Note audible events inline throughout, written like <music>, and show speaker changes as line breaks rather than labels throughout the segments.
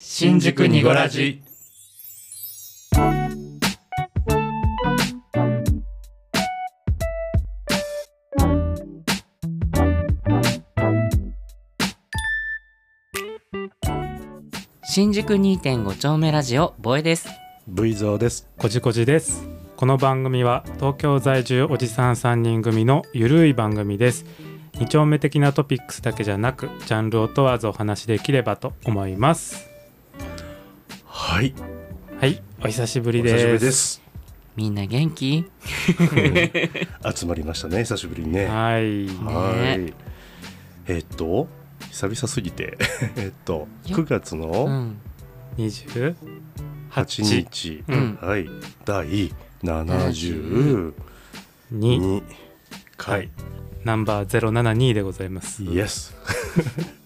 新宿にごらじ
新宿2.5丁目ラジオボエです。
V ゾーです。
こじこじですこの番組は東京在住おじさん3人組のゆるい番組です二丁目的なトピックスだけじゃなくジャンルを問わずお話しできればと思います
はい。
はいお久しぶ
お
りです
久しぶりです。
みんな元気？
集まりましたね、久しぶりにね。は
はい
い。えっと、久々すぎて、 <laughs> えっと、
いや
9月
う
の
ん。
28
8日、
うん
はい、第72
に
回、
ナンバー072でございます
イエス。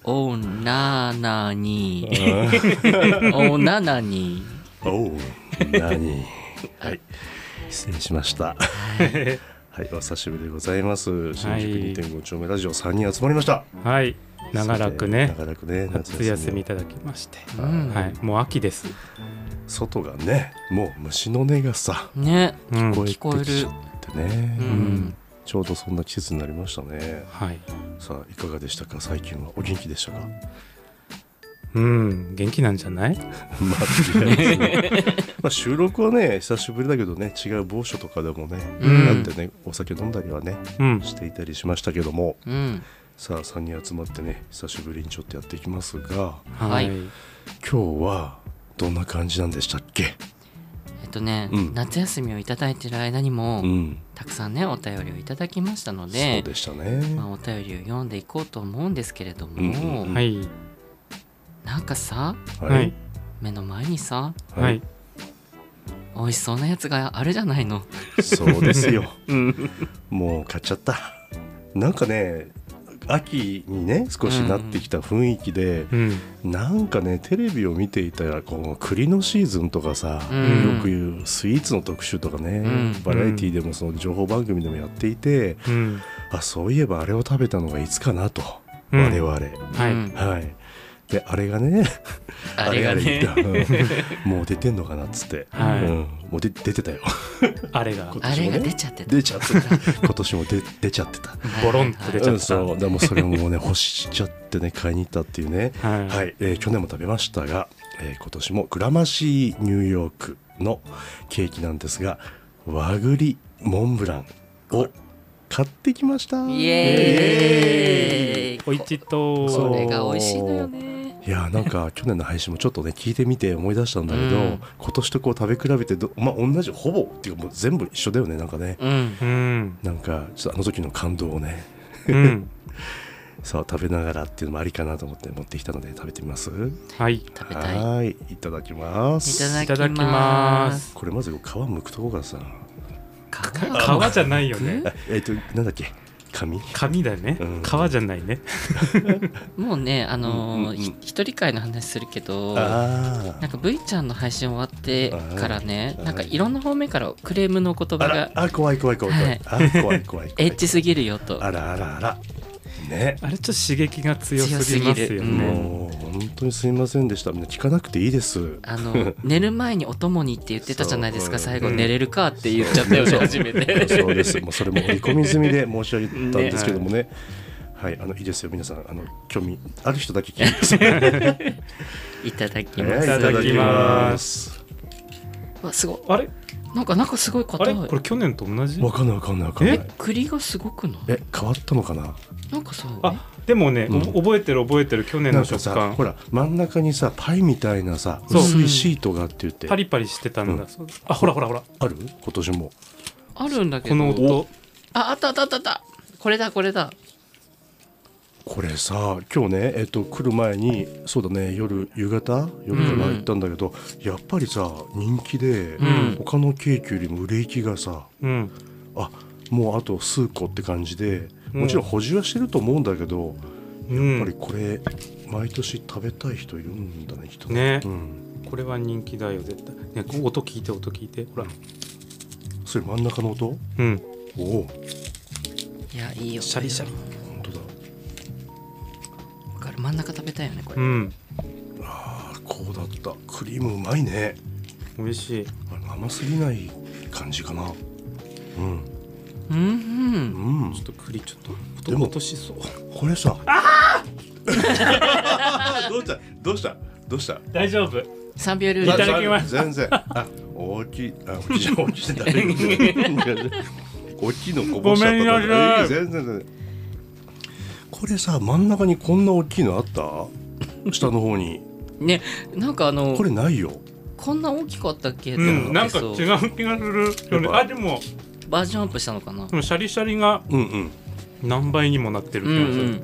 おななに、おななに。
おう、
<laughs>
何はい。失礼しました。はい、お久しぶりでございます。新宿2.5丁目ラジオ3人集まりました。
はい長らくね
長らくね、
夏休みいただきまして、
うん。
はいもう秋です
外がねもう虫の音がさ
ね。
うん
聞
聞こ
こ
え
え
る
てきちゃってね、
う
うん
ん。
ちょうどそんな季節になりましたね
はい
さあいかがでしたか最近はお元気で <laughs> したか
うん元気なんじゃない
まあ違いますねまあ収録はね久しぶりだけどね違う某所とかでもね、
うん
なってねお酒飲んだりはね
うん
していたりしましたけども
うん。
さあ3人集まってね久しぶりにちょっとやっていきますが
は
は
い、
今日はどんな感じなんでしたっけ
えっとね、
うん
夏休みをいただいてる間にも、
うん
たくさんねお便りをいただきましたの
そう
で、
でしたね、
まあお便りを読んでいこうと思うんですけれども、
うんうんうん
はい
なんかさ
はい
目の前にさ
はい、
美味しそうなやつがあるじゃないの。
そうですよ。もう買っちゃった。なんかね、秋にね、少しなってきた雰囲気で、
うん
なんかね、テレビを見ていたら、この栗のシーズンとかさ、
うん
よく言うスイーツの特集とかね、
うん
バラエティでもその情報番組でもやっていて、
うん
あ、そういえばあれを食べたのがいつかなと、
うん
我々。
はい、
うん
はい。で、あれがね、
あれがね。
あれがねうんもう出てんのかなっつって、
はい
うんもうで出てたよ。
あれが
こ
あれが出ちゃってた。
出ちゃってた今年も出出ちゃってた
ボロンと出ちゃった
うんそうでもそれをもうね欲しちゃってね買いに行ったっていうね
はい、
はい、えー去年も食べましたが、えー今年もグラマシーニューヨークのケーキなんですが和栗モンブランを買ってきました
イエーイ
おいちと
ーイ
これが美味しいのよね。
いやーなんか去年の配信もちょっとね聞いてみて思い出したんだけど、
うん
今年とこう食べ比べてどまあ同じほぼっていうかもう全部一緒だよねなんかね
うん。
うん
なんかちょっとあの時の感動をね
うん
そう食べながらっていうのもありかなと思って持ってきたので食べてみます
はいい
食べたい。い
はいいただきます
ただきます。
ただきます
これまず皮剥くとこがさ
皮
皮じゃないよね
あえっ、となんだっけ紙
紙だね、
うん
皮じゃないね
もうね、あ
うんうんう
のー
ん
ひ一人会の話するけど、な
あ
んか V ちゃんの配信終わってからね、
はい
なんかいろんな方面からクレームの言
あ
葉
あら
が
あ怖い怖い怖い怖い、あ怖い怖い怖い
<laughs> エッチすぎるよと。
あらあらあらね
あれちょっと刺激が強すぎますよ
強すぎる
ね、
もう本当にすいませんでしたみんな聞かなくていいです
<laughs> あの寝る前にお供にって言ってたじゃないですか
そう
最後
うん
寝れるかって言っちゃったよね初めて
<laughs> そうです。もうそれも織り込み済みで申し上げたんですけどもね。はい、あのいいですよ皆さんあの興味ある人だけ聞いてください。
<laughs> いただきま
はい
す
いただきますす。
うわすごい
あれ
なんかなんかすごい
あ
硬
れ
い
これ去年と同じ
わかんないわかんないわかんない
え。
栗がすごくない
え変わったのかな。
なんかそう
あでもね、
うん
お覚えてる覚えてる去年
な
の
んか
食
さ
感
ほら真ん中にさパイみたいなさ
そう
薄いシートがあって言って
パリパリしてたんだ、
うん
そうあほらほらほら
ある今年も。
あるんだけど
この音
ああったあったあったあったこれだこれだ
これさ今日ねえっと来る前にそうだね夜夕方夜かな
うん
行ったんだけど、やっぱりさ人気で、
ん
他のケーキよりも売れ行きがさ
うん
あもうあと数個って感じで
うん
もちろん補充はしてると思うんだけど、
うん
やっぱりこれ毎年食べたい人いるんだね人
ね
うん、
これは人気だよ絶対ねこう音聞いて音聞いてほら
それ真ん中の音
うん
おお
いやいいよ
シャリシャリ
本当だ
わかる真ん中食べたいよねこれ、
うん
あこそうだったクリームうまいね
美味しい
あの甘すぎない感じかなうん
うんうん
うん
ちょっと栗ちょっと
でも
落としそう
これさああ <laughs> どうしたどうしたどうした
大丈夫
サンビオル
い
ー
た
ル
だきます
全然あ大きいあ大きいじ
<laughs>
ゃん大きいじゃん誰も言う大きいのこぼしちゃったと
ごめんなさい
い全然全然これさ真ん中にこんな大きいのあった下の方に
ねなんかあの
こ
こ
れないよ
んな大きかったっけ、
うんなん
って
か違
思
う
って
気がする
や
よね
っぱ
あでも
そうバージョンアップしたのかな
でもシャリシャリが
うんうん
何倍にもなってる
うん
気がする、
うん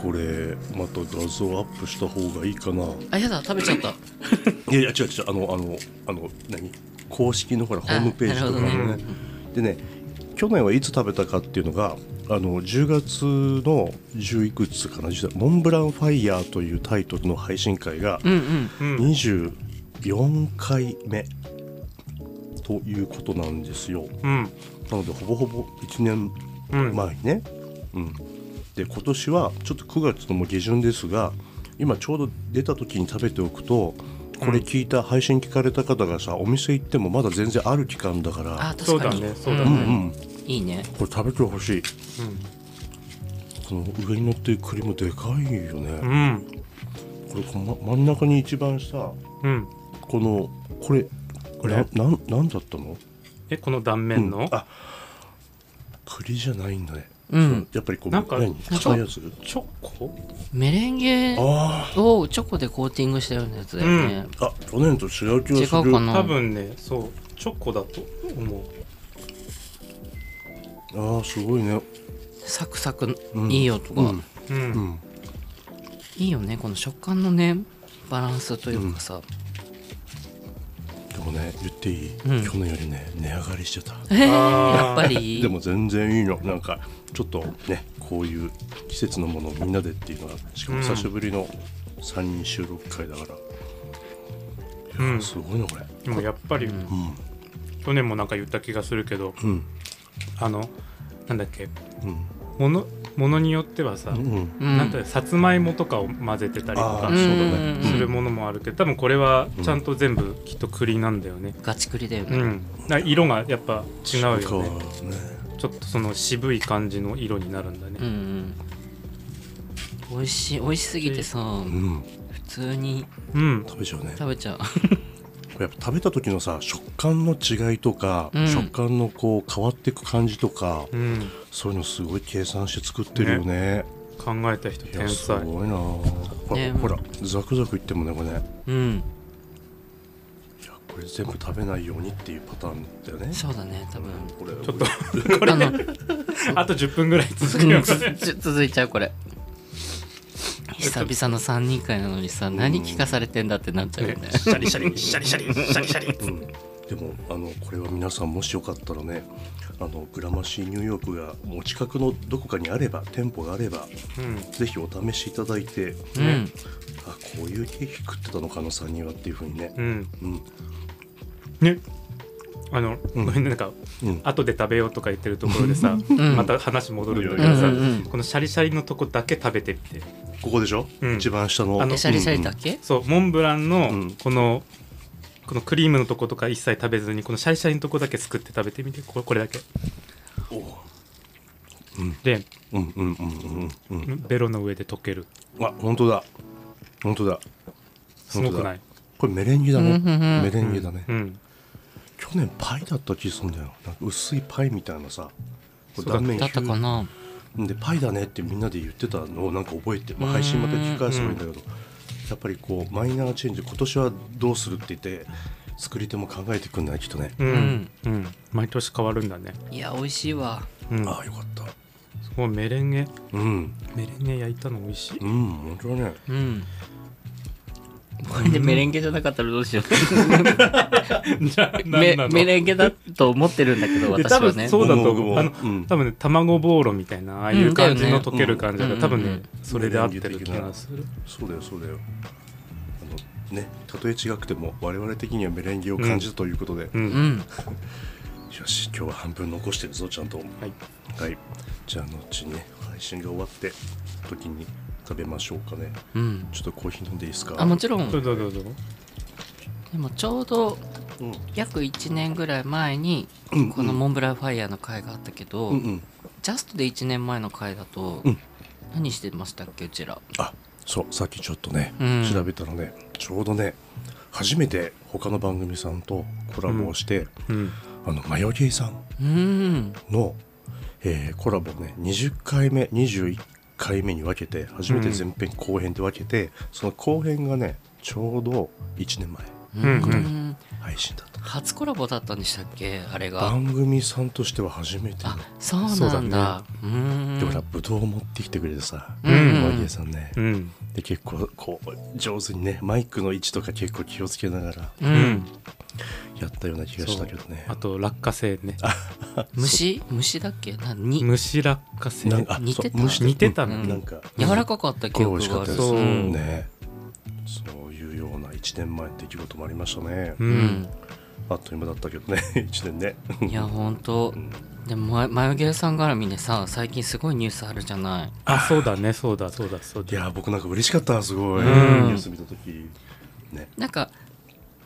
これまた画像アップした方がいいかな
あやだ食べちゃった
いやいや違う違うあのあのあの何公式のほらホームページとか
あなる
ほ
の
ど
ねでね去年はいつ食べたかっていうのがあの10月の10いくつかな10モンブランファイヤーというタイトルの配信会が
うんうん
うん
24回目ということなんですよ
うん
なのでほぼほぼ1年
うん
前にね、うん、で今年はちょっと9月のもう下旬ですが今ちょうど出た時に食べておくとこれ聞いた、配信聞かれた方がさお店行ってもまだ全然ある期間だから
あ確かに
そうだねそうだ
ん
ね
うんうんこ
いいね
れ食べてほしいこの上に乗ってる栗もでかいよ
う
ね、
ん
これこの真ん中に一番さ
うん
このこれ
これ
ななんなんだったの
えこの断面の、
うんあ栗じゃないんだね
うん
やっぱりこう
なんか
何硬いやつ
チョコ
メレンゲ
あ
をチョコでコーティングしたようなやつだよね、
ーあ去年と違う気がす
違
る
うかな
多分ねそうチョコだと思う
あーすごいね
サクサク
うん
いいよとか、
うん
うん、
うん
いいよねこの食感のねバランスというかさ、
でもね言っていい、
うん
去年よりね値上がりしてた
えーやっ
あ
ぱ
ー
り
でも全然いいのなんかちょっとねこういう季節のものをみんなでっていうのがしかも久しぶりの3人収録会だから、
うん
いやすごいなこれ
でもやっぱり、
う
去年もなんか言った気がするけど
んうん
あのなんだっけ
うん
ものものによってはさ、
うん
うん
なんてさつまいもとかを混ぜてたりと
あ
か
あそ
う
うだね
ん
するものもあるけど多分これはちゃんと全部きっと栗なんだよね
ガチクリだよ
う
ね、
ん、だから色がやっぱ違うよ
そう
ね
かね
ちょっとその渋い感じの色になるんだ
うんう
ね、
ん美味しい美味しすぎてさ、
うん
普通に
うん
食べちゃうね
食べちゃう <laughs>
これやっぱ食べた時のさ食感の違いとか、
うん
食感のこう変わっていく感じとか、
うん
そういうのすごい計算して作ってるよね
考えた人
いや
天
す
才
ごいなほら,、
ね
ほらザクザクいってもねこれね
うん
いやこれ全部食べないようにっていうパターンだよね
そうだね多分
これ
ちょっと <laughs>
これあの
あと10分ぐらい続けようかね
つつ続いちゃうこれ久々の3人会なのにさ何聞かされてんだってなっちゃうよね
シャリシャリシャリシャリシャリシャリ
うんでもあのこれは皆さんもしよかったらねあのグラマシーニューヨークがもう近くのどこかにあれば店舗があれば
うん
ぜひお試しいただいて
う
ね
ん
あこういうケーキ食ってたのかの3人はっていうふうにね
うん
うん
ねあの、
うん
ごめんねなんか
うん
後で食べようとか言ってるところでさ、
ん
また話戻るんだけどさ、このシャリシャリのとこだけ食べてみて
ここでしょ、
うん
一番下の
あの
えシャリシャリだけ、
そうモンブラン
う
の
ん
この、このクリームのとことか一切食べずにこのシャリシャリのとこだけすくって食べてみてこれこれだけ
うん
で
おうんうんうんうんうんうん
ベロの上で溶ける
あ本当だ本当だ
すごくない
これメレンゲだね、
うんうんうん
メレンゲだね、
うん
去年パイだった気がするんだよなんか薄いパイみたいなさこれ
そうだ
断面
だったかな
でパイだねってみんなで言ってたのをなんか覚えて、まあ、配信また聞き返せばいいんだけどやっぱりこうマイナーチェンジ今年はどうするって言って作り手も考えてくんないきっとね、
うん、う
うんん
毎年変わるんだね、
いや美味しいわ
うん、
ああよかった
すごいメレンゲ
うん
メレンゲ焼いたの美味しい
うん本当だね
うんこれでメレンゲじゃなかったらどうしよ
じゃあ
うメメレンゲだと思ってるんだけど
で
私
多
は
分
ね
そうだと
僕
思う
も
あの、
うん
多分ね卵ボーロみたいなああいう感じ
う
の
んだよ
溶
ね
ける感じだから、
うん
多分ね、
うん
それで合ってる気がする
そうだよそうだよあのねたとえ違くても我々的にはメレンゲを感じたということで、
う
うんん
よし今日は半分残してるぞちゃんと
はい
はいじゃあ後にね配信が終わって時に食べましょうかね
うん
ちょっとコーヒー飲んでいいですか
あもちろんで
どうぞどうぞ
もちょうど
うん
約1年ぐらい前に
うん
このモンブランファイヤーの会があったけど、
うんうん
ジャストで1年前の会だと、
うん
何してましたっけうちら
あそうさっきちょっとね、
うん
調べたらねちょうどね初めて他の番組さんとコラボをして、
うん
あのマヨゲイさん
うん
の、えーコラボをね20回目21回目に分けて初めて前編後編で分けて、その後編がねちょうど1年前
うんん、
うん
配信だった
初コラボだったんでしたっけあれが
番組さんとしては初めての
あそうなん
そう
だ
だ
う,、
ね
ん
でほらぶどうを持ってきてくれてさ、
うん
マヨゲイさんね、
うん
で結構こう上手にねマイクの位置とか結構気をつけながら
う
うんん
やったような気がしたけどね
あと落花生ね
虫虫だっけなに
虫落花生
なんかあ
似てた
そう蒸して
似てたね
うんなんか
柔らかかった記
これ美
憶
味しか
が
っ
あ
た
る
です
そうん
ねそういうような1年前の出来事もありましたね、
う
うんん、
あっという間だったけどね1 <laughs> 年ね
いやほんと
うん
でもま眉毛さん絡みでさ最近すごいニュースあるじゃない
あそうだねそうだそうだそう
い
だ
や僕なんか嬉しかったすごいニ
うん
ュース見た時ね
なんか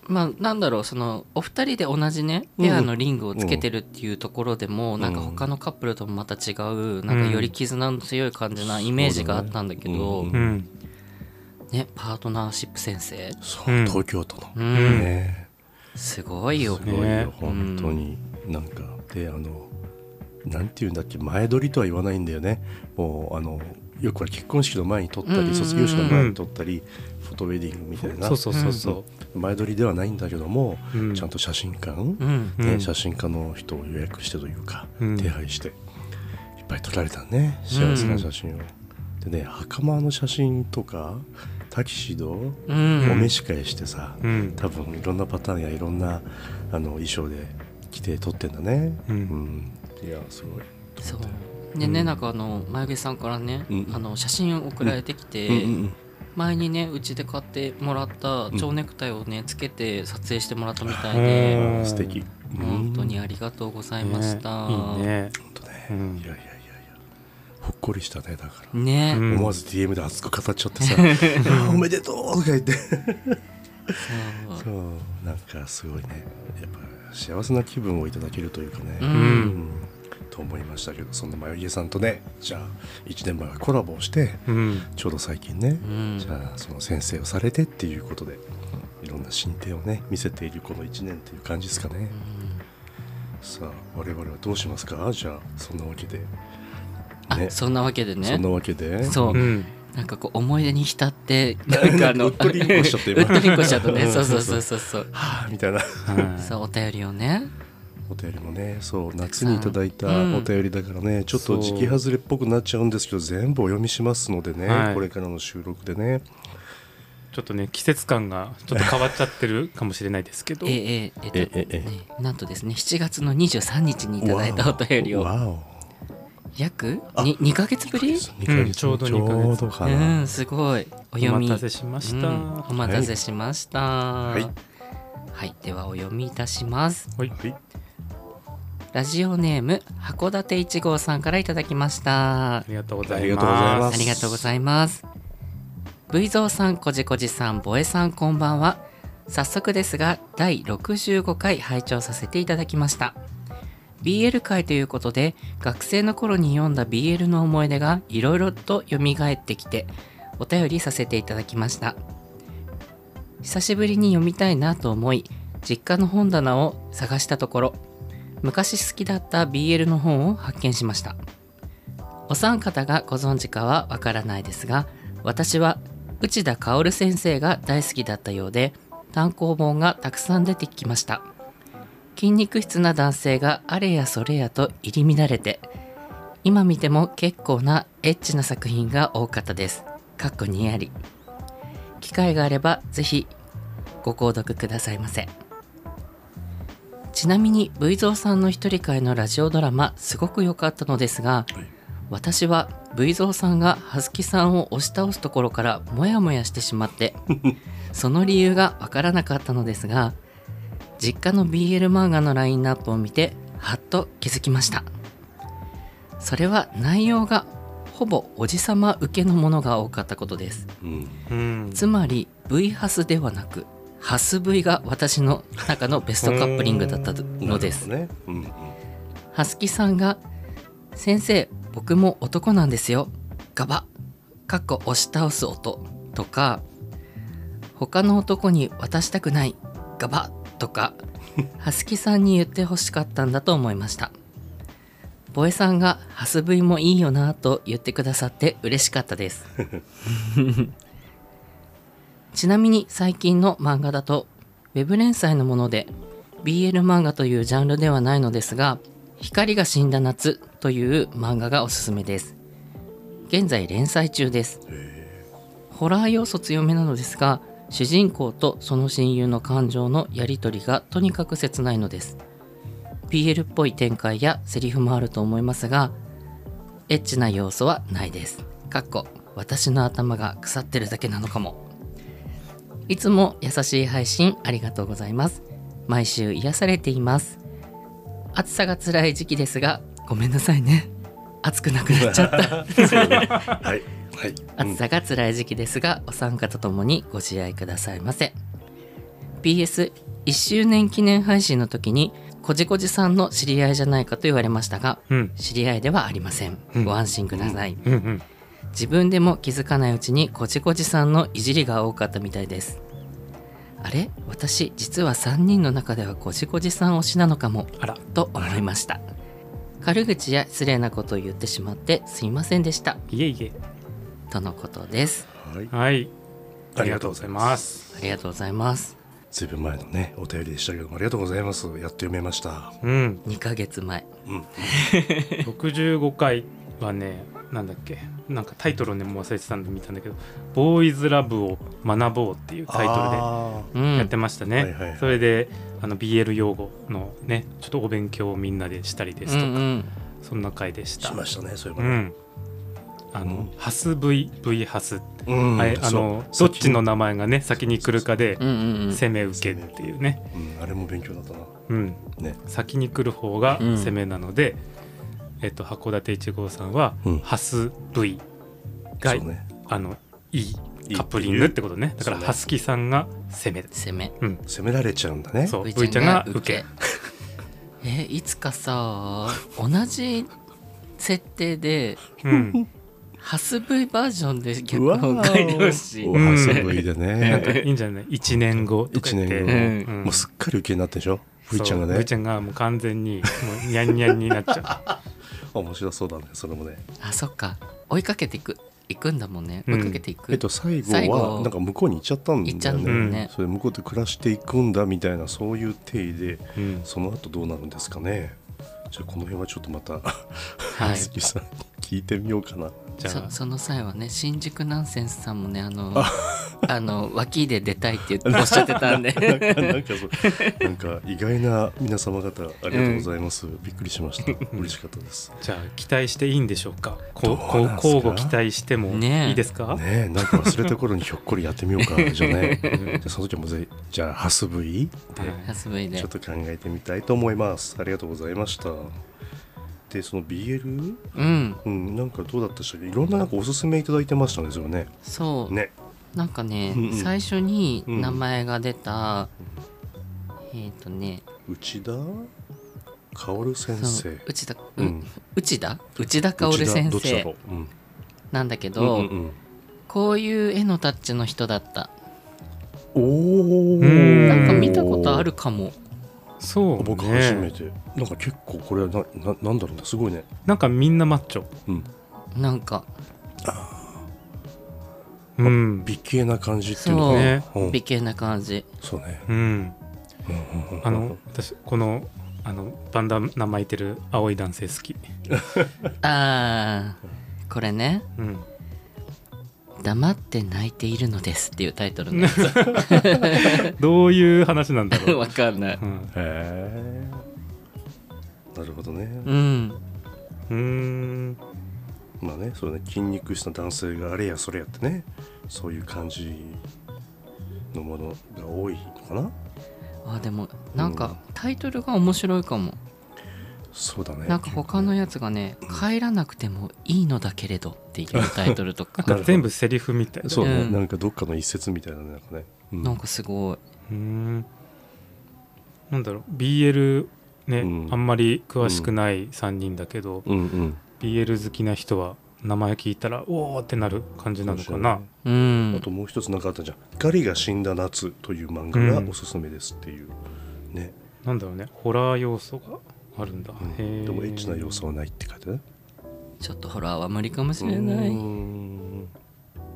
まあなんだろうそのお二人で同じねペアのリングをつけてるっていうところでも、
ん
なんか他のカップルともまた違うなんかより絆の強い感じなイメージがあったんだけど、
うん
ね
うん
パートナーシップ先生
そう、
うん
東京都の、
うん、
ね
すごいよ
すごいよ、
ね
本当に、なんかであのなんていうんだっけ前撮りとは言わないんだよねもうあのよくこれ結婚式の前に撮ったり、
うんうんうん
卒業式の前に撮ったり、フォトウェディングみたいな
そうそうそうそ
前撮りではないんだけども、
ううん
ちゃんと写真館、
うん
うん
ね、写真家の人を予約してというか、
うん
手配していっぱい撮られたね幸せな写真を、でね袴の写真とかタキシードを
う
お
ん
召し替えしてさ、
うん
多分いろんなパターンやいろんなあの衣装で着て撮ってんだね
うん
うんいやすごい
そうでねなんかあの眉毛さんからね、
うん
あの写真を送られてきて、
うんうんうん
前にねうちで買ってもらった蝶ネクタイをねつけて撮影してもらったみたいで、
うん
あー素敵
本当に
うん
ありがとうございました。
ねいいね
本当ね、
うん
いやいやいやいやほっこりしたねだから、
ね
うん
思わず DM で熱く語っちゃ <laughs> ってさ「おめでとう!」とか言って
そう
そうなんかすごいねやっぱ幸せな気分をいただけるというかね、
う
うんん
と思いましたけどそんな眉毛さんとねじゃあ1年前はコラボをして
うん
ちょうど最近ね、
うん
じゃあその先生をされてっていうことでいろんな進展をね見せているこの1年っていう感じですかね、さあ我々はどうしますかじゃあそんなわけで、
あ、
ね
そんなわけで
そん
ね
な。わけで
そう、
うん
なんかこう思い出に浸って、なんかあの、
うっとりんこしちゃった
う
今
っとりんこしちゃった
う
ね。
ん
そうそうそうそうそう。
はあみたいな
はい
そうお便りをね。
お便りもねそう夏にいただいた
うん
お便りだからね、ちょっと時期外れっぽくなっちゃうんですけど全部お読みしますのでね、
はい
これからの収録でね
ちょっとね季節感がちょっと変わっちゃってるかもしれないですけど
ええええっと
えええ
ねなんとですね、7月の23日にいただいたお便りを
わお
約
あ
に2ヶ月ぶり？
二ヶ月
うんちょうど
ちょ
二ヶ月
うどか
う
な、
ん、すごい。お
お
読み
待たせしました、
うんお待たせしました。
い
はい、ではお読みいたします。
はい
はい
ラジオネーム函館一号さんからいただきました
ありがとうござ
あり
い
がとうござい
ま
ます
ありがとうございます。V ゾウさん、こじこじさん、ぼえさん、こんばんは。早速ですが、第65回拝聴させていただきました。BL 会ということで、学生の頃に読んだ BL の思い出がいろいろと蘇ってきて、お便りさせていただきました。久しぶりに読みたいなと思い、実家の本棚を探したところ、昔好きだった BL の本を発見しました。お三方がご存知かはわからないですが私は内田薫先生が大好きだったようで単行本がたくさん出てきました筋肉質な男性があれやそれやと入り乱れて今見ても結構なエッチな作品が多かったですかっこにあり機会があればぜひご購読くださいませちなみに V 蔵さんの一人会のラジオドラマすごく良かったのですが、私は V 蔵さんが葉月さんを押し倒すところからモヤモヤしてしまってその理由がわからなかったのですが実家の BL 漫画のラインナップを見てはっと気づきましたそれは内容がほぼおじさま受けのものが多かったことです
うん
うん
つまり V ハスではなくハス V が私の中のベストカップリングだったのです
なるほどね、
ハスキさんが「先生僕も男なんですよ」「ガバ」「かっこ押し倒す音」とか「他の男に渡したくない」「ガバ」とかハスキさんに言ってほしかったんだと思いましたボエさんが「ハス V もいいよな」と言ってくださって嬉しかったですちなみに最近の漫画だとウェブ連載のもので BL 漫画というジャンルではないのですが「光が死んだ夏」という漫画がおすすめです現在連載中ですホラー要素強めなのですが主人公とその親友の感情のやり取りがとにかく切ないのです BL っぽい展開やセリフもあると思いますがエッチな要素はないですかっこ私の頭が腐ってるだけなのかもいつも優しい配信ありがとうございます。毎週癒されています。暑さが辛い時期ですが、ごめんなさいね。暑くなくなっちゃった。
うんはいはい、
暑さが辛い時期ですが、お三方ともにご自愛くださいませ。PS1 周年記念配信の時に、こじこじさんの知り合いじゃないかと言われましたが、
うん
知り合いではありません。ご安心ください。
うんうん
自分でも気づかないうちにこじこじさんのいじりが多かったみたいですあれ私実は3人の中ではこじこじさん推しなのかも
あら
と思いました軽口や失礼なことを言ってしまってすいませんでした
いえいえ
とのことです
はい、
はい
ありがとうござい
ありがとうございま
ます
ありがとうございます
ずいぶん前のねお便りでしたけどもありがとうございますやっと読めました
うん
2ヶ月前
うん
65回はねなんだっけなんかタイトルをねもう忘れてたんで見たんだけど「ボーイズラブを学ぼう」っていうタイト
あ
う
ルでやって
ん
ました
はいはいは
ね
い
それであの BL 用語のねちょっとお勉強をみんなでしたりですとか、
うんうん
そんな回でし
ー
た
しましたねそういえば
う
ね
んあの、
うん
ハス V V ハス、
うん
はいあの
そ
ど
う
っちの名前がね先に来るかで
うんうん
攻め受けっていうね、
先にうんあれも勉強だったな
うん、
ね
先に来る方が
うん
攻めなので、えっと函館一号さんは、
うん
ハス V が、
そうね
あのいい
いい
カップリングってことねだから
そうね
ハスキさんが攻める
攻め
うん
責められちゃうんだね
そう
V
V ちゃんが受け
えいつかさ同じ設定で
うん、
ハス V バージョンで脚
うわ
本書いてほしい
お
う。ん
はすごいで
<laughs> なんか
ね
いいんじゃない1年後とか言って
一
うん
年
うん
もうすっかり受けになってんでしょ
そう
V ちゃんが
V
ね
ちゃんがもう完全にもうニャンニャンになっちゃ
面白そうだねそれもね
あそっか追いかけていく行くんだもんね
うん
追いかけていく、
えっと最後
最後
はなんか向こうに行っちゃったん
行っちゃ
だ
う
よ
んだよ
ね
ね、
それ向こうで暮らしていくんだみたいなそういう定義で
う、うん、
その後どうなるんですかねじゃあこの辺はちょっとまた
はい
鈴木さんに聞いてみようかな
じゃ
そ
あ
その際はね新宿ナンセンスさんもねあの <laughs> あの脇で出たいっておっしゃってたんで
<laughs> なんかそうなんか意外な皆様方ありがとうございます、びっくりし
<laughs>
ました嬉しかったです
じゃあ期待していいんでしょうか。こう
どう
こう
なんすか
交互期待しても
ねえ
いいですか。
ねえなんか忘れた頃にひょっこりやってみようかじゃあね
<laughs>
じゃあその時はもうぜひじゃあハスブイで
ハス V
ち
で
ょっと考えてみたいと思いますありがとうございましたでその BL
うん
うん、なんかどうだったでしたっけいろんななんかおすすめいただいてましたねそれね
そう、
ね
なんかね、
うんうん
最初に名前が出た、えっ、とね
内田薫先
そ
生
の内田、う
うん
内田内田薫先
どっちだろ
生
う、うん、
なんだけど、
うんうん
こういう絵のタッチの人だった
うん、おお
うん
なんか見たことあるかも
そうね。
僕初めて、なんか結構これはなななんだろうなすごいね
なんかみんなマッチョ。
うん
なんか
うん。
美形な感じっていうのかな
そ
うん
美形な感じ
そうね
うん。
うんうんうんうん
あの私このあのバンダナ巻いてる青い男性好き。
あーこれね
うん。
「黙って泣いているのです」っていうタイトルのや
<laughs> どういう話なんだ
つ
<laughs>
ろう。
わかんない
うん。
へえなるほどね、
うん
うーん。
まあねそうね筋肉質な男性があれやそれやってねそういう感じのものが多いのかな
あでもなんかタイトルが面白いかも
そうだね
なんか他のやつがね「帰らなくてもいいのだけれど」っていうタイトルとか
なるほど
全部セリフみたいな
そうね、
うん
なんかどっかの一節みたいなねなんかね、う
<laughs>
ん
なんかすごい、
うーんなんだろう BL ね、
うん
あんまり詳しくない3人だけど、
うんうん、
BL 好きな人は名前聞いたらおおってなる感じなのかな
う
あ
ん
と、もう一つなんかあったじゃん「ガリが死んだ夏」という漫画
うん
がおすすめですっていう、ね、
なんだろうねホラー要素があるんだ、
うん
へー
でもエッチな要素はないって書いてある
ちょっとホラーは無理かもしれな
うー
い
ん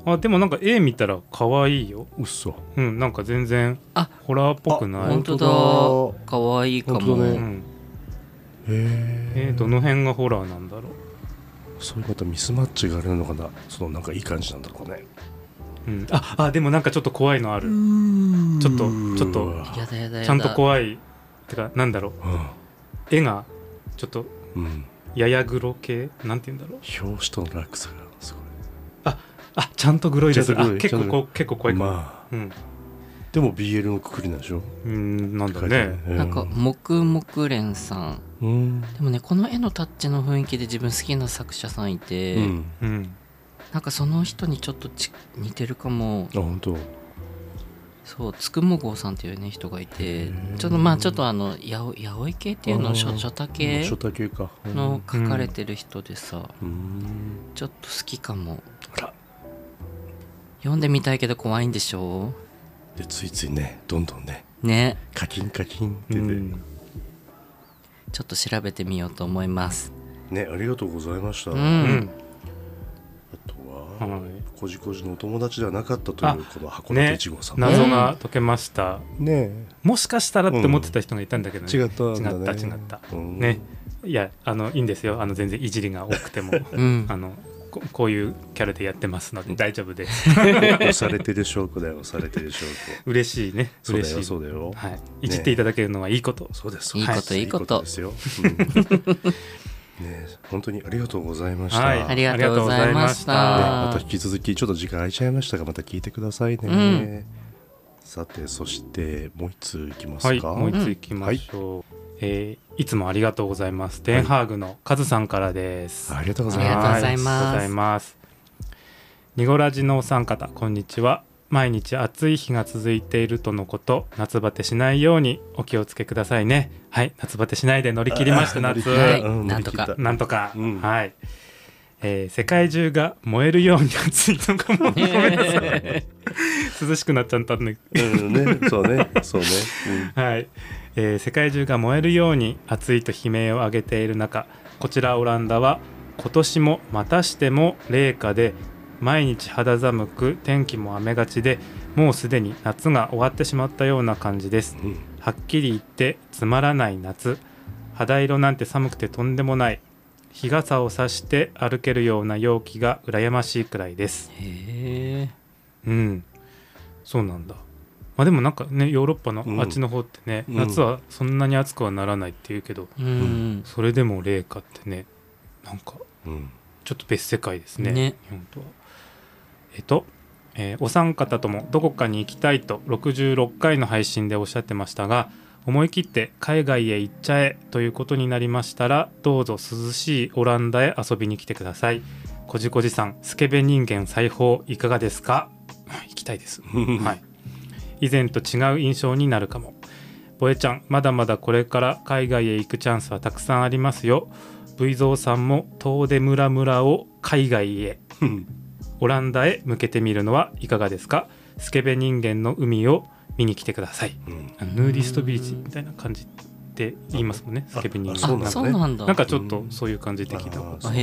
あでもなんか絵見たら可愛いよ
うっそ
うんなんか全然
あ
ホラーっぽく
あ
ない
本
本
当
当
だ
だ
かわいいかも、
本当だ
う
ね
ん、
へえ
えーどの辺がホラーなんだろ
そういう方ミスマッチがあれなのかなそのなんかいい感じなんだろうね
う、うん、ああでもなんかちょっと怖いのあるちょっとちょっ
う
と
わ
やだやだやだ
ちゃんと怖いてかなんだろう絵がちょっと
うん、うん、
やや黒系なんて言うんだろう
表紙との落差がす
あちゃんと黒いです
ちゃんと
あ
黒い
結
ち
構こ
ゃんと
う結構
ご
怖
い
いかも、
まあ
うん
でも BL のくくりなんでしょ
うんなんだ
書いてある
ね
う
なんか黙々連さん
うん
でもねこの絵のタッチの雰囲気で自分好きな作者さんいて、
うん
うん
なんかその人にちょっとち似てるかも
あ本当
そうつくもごうさんっていうね人がいて
ー
ちょっとまあちょっとあのやおやおい系っていう
あ
の
ー
しょしょた系
ショタ系かうん
の書かれてる人でさ、
うん
ちょっと好きかも
あら
読んでみたいけど怖いんでしょ
でついついねどんどんね
うね
カキンカキンって
う
出て、
ん
ちょっと調べてみようと思います
ねありがとうございました、
う
あ
うんん、
とは、
はい
こじこじのお友達ではなかったというこの箱根
ね
一号さんね
謎が解けました、
ね
もしかしたらって思ってた人がいたんだけどね、
違ったんだね
違った違った
うん
ねいやあのいいんですよあの全然いじりが多くても
うん
あのここういうキャラでやってますので大丈夫です <laughs>
押されてる証拠だよ押されてる証拠
嬉しいね
そう
<laughs> 嬉
だ
し
よ
い
そうだよ、
はい、いじっていただけるのはいいこと、
そうです
いいこと
はい
いこと
ですよ、うんね本当にありがとうございました、
はい
ありがとうございました
ね
ありが
また引き続きちょっと時間空いちゃいましたがまた聞いてくださいね、
うん
さてそしてもう一通いきます
はい
か、
もう一ついきましょう、えーいつもありがとうございますデンハーグのカズさんからです、
ありがとうござい
ありがとうご
ます
ざいます
はありがとうございますニゴラジのお三方こんにちは毎日暑い日が続いているとのこと夏バテしないようにお気をつけくださいねはい夏バテしないで乗り切りました
<laughs> あー乗り
夏
切
はい
うんうん
なんとか
乗り切っ
なんとか、
うん
はい、えー世界中が燃えるように暑いのか
<laughs>
もごめんなさい涼しくなっちゃったんで
たうんねそうねそうね、
はい、えー世界中が燃えるように暑いと悲鳴を上げている中こちらオランダは今年もまたしても冷夏で毎日肌寒く天気も雨がちでもうすでに夏が終わってしまったような感じです
うんうん
はっきり言ってつまらない夏肌色なんて寒くてとんでもない日傘を差して歩けるような陽気が羨ましいくらいです
へえ
うんそうなんだまあでもなんかねヨーロッパの
うん
あっちの方ってね、
うん
夏はそんなに暑くはならないっていうけど
うん
それでも冷夏ってねなんか
うん
ちょっと別世界ですね
ね
日本とはえっと、えーお三方ともどこかに行きたいと66回の配信でおっしゃってましたが思い切って海外へ行っちゃえということになりましたらどうぞ涼しいオランダへ遊びに来てくださいこじこじさんスケベ人間裁縫いかがですか <laughs> 行きたいですはい、以前と違う印象になるかもボエちゃんまだまだこれから海外へ行くチャンスはたくさんありますよ V ゾウさんも遠出村々を海外へオランダへ向けてみるのはいかがですかスケベ人間の海を見に来てください
うん
あヌーディストビーチみたいな感じって言いますもんねスケベ人
あ
間
そうなん
あ
だね
そうなんだ
なんかちょっとそういう感じで聞いた
あー
あへ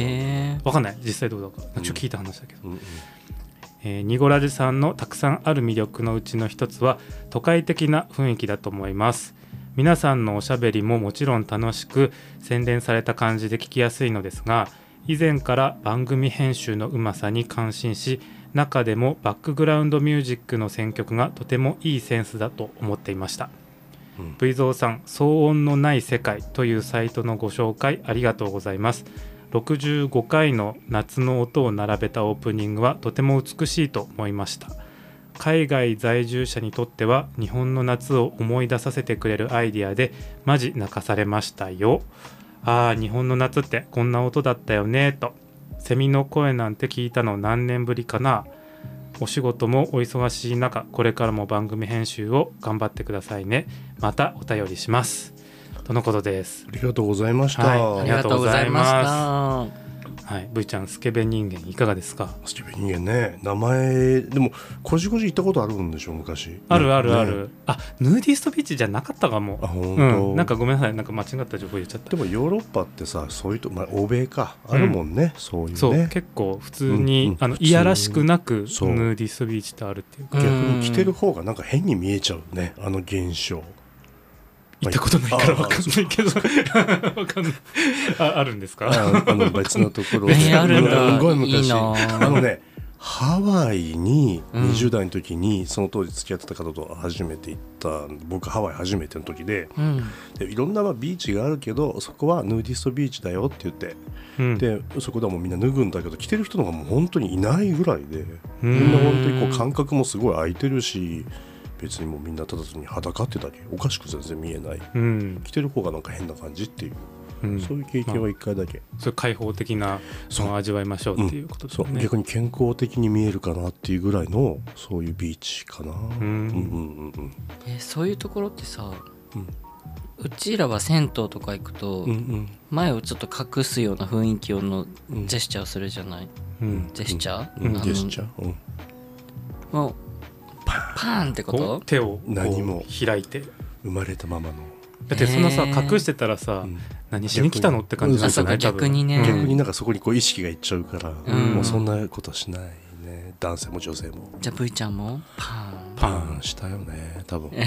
え
わかんない実際どうだかなんかちょっと聞いた話だけど
うんうん
えーニゴラジさんのたくさんある魅力のうちの一つは都会的な雰囲気だと思います皆さんのおしゃべりももちろん楽しく洗練された感じで聞きやすいのですが以前から番組編集のうまさに感心し中でもバックグラウンドミュージックの選曲がとてもいいセンスだと思っていました
うん
V ゾウさん「騒音のない世界」というサイトのご紹介ありがとうございます65回の夏の音を並べたオープニングはとても美しいと思いました海外在住者にとっては日本の夏を思い出させてくれるアイディアでマジ泣かされましたよああ日本の夏ってこんな音だったよねとセミの声なんて聞いたの何年ぶりかなお仕事もお忙しい中これからも番組編集を頑張ってくださいねまたお便りしますとのことです
ありがとうございました、
はい
あり
あり
が
が
と
と
う
う
ご
ご
ざ
ざ
い
い
ま
ますはい、V ちゃんスケベ人間いかがですか
スケベ人間ね名前でもこじこじ行ったことあるんでしょ昔
あるあるあ
ね
る、あヌーディストビーチじゃなかったかも
あ本当、
うん、なんかごめんなさいなんか間違った情報言っちゃった
でもヨーロッパってさそういうと、まあ、欧米かあるもんね、そういうね
そう、結構普通に、
うんうん
あの
普通に
いやらしくなくヌ
そう
ーディストビーチってあるっていうか
逆に着てる方がなんか変に見えちゃうねあの現象
行ったことないからわかんないけど <laughs> わかんないああるんですか
ああの別のところ
ねあるんだ
すごい昔
いいな
あ <laughs> のねハワイに20代の時にその当時付き合ってた方と初めて行った僕ハワイ初めての時で
うん
でいろんなまあビーチがあるけどそこはヌーディストビーチだよって言って
うん
でそこではもうみんな脱ぐんだけど着てる人の方がもう本当にいないぐらいで
う
みんな本当にこ
ん
う感覚もすごい空いてるし別にもうみんなただ単に裸ってだけおかしく全然見えない
うん、
着てる方がなんか変な感じっていう、
うん、
そういう経験は一回だけ、
それ開放的な
そう
その味わいましょうっていうことです
そ
よ
う
ね、
逆に健康的に見えるかなっていうぐらいのそういうビーチかな、うんう
ん
んうんうん
えそういうところってさ
うん
うちらは銭湯とか行くと、
うん
前をちょっと隠すような雰囲気をの
うん
ジェスチャーをするじゃない、
うん、
ジェスチャー、
うん
あの
ジェスチャー、うん、
もう
パーン
パーンってこ
ことう手をこう
何も
開いてだ
生まれたままの、
ってそんなさ
ねー
隠してたらさ、
うん
何しに来たのって感じなんじゃない
あそうか
多分
逆にね
逆になんかそこにこう意識がいっちゃうから、
ん
もうそんなことしないね男性も女性も
じゃあ V ちゃんもパーン
パーンしたよね多分もう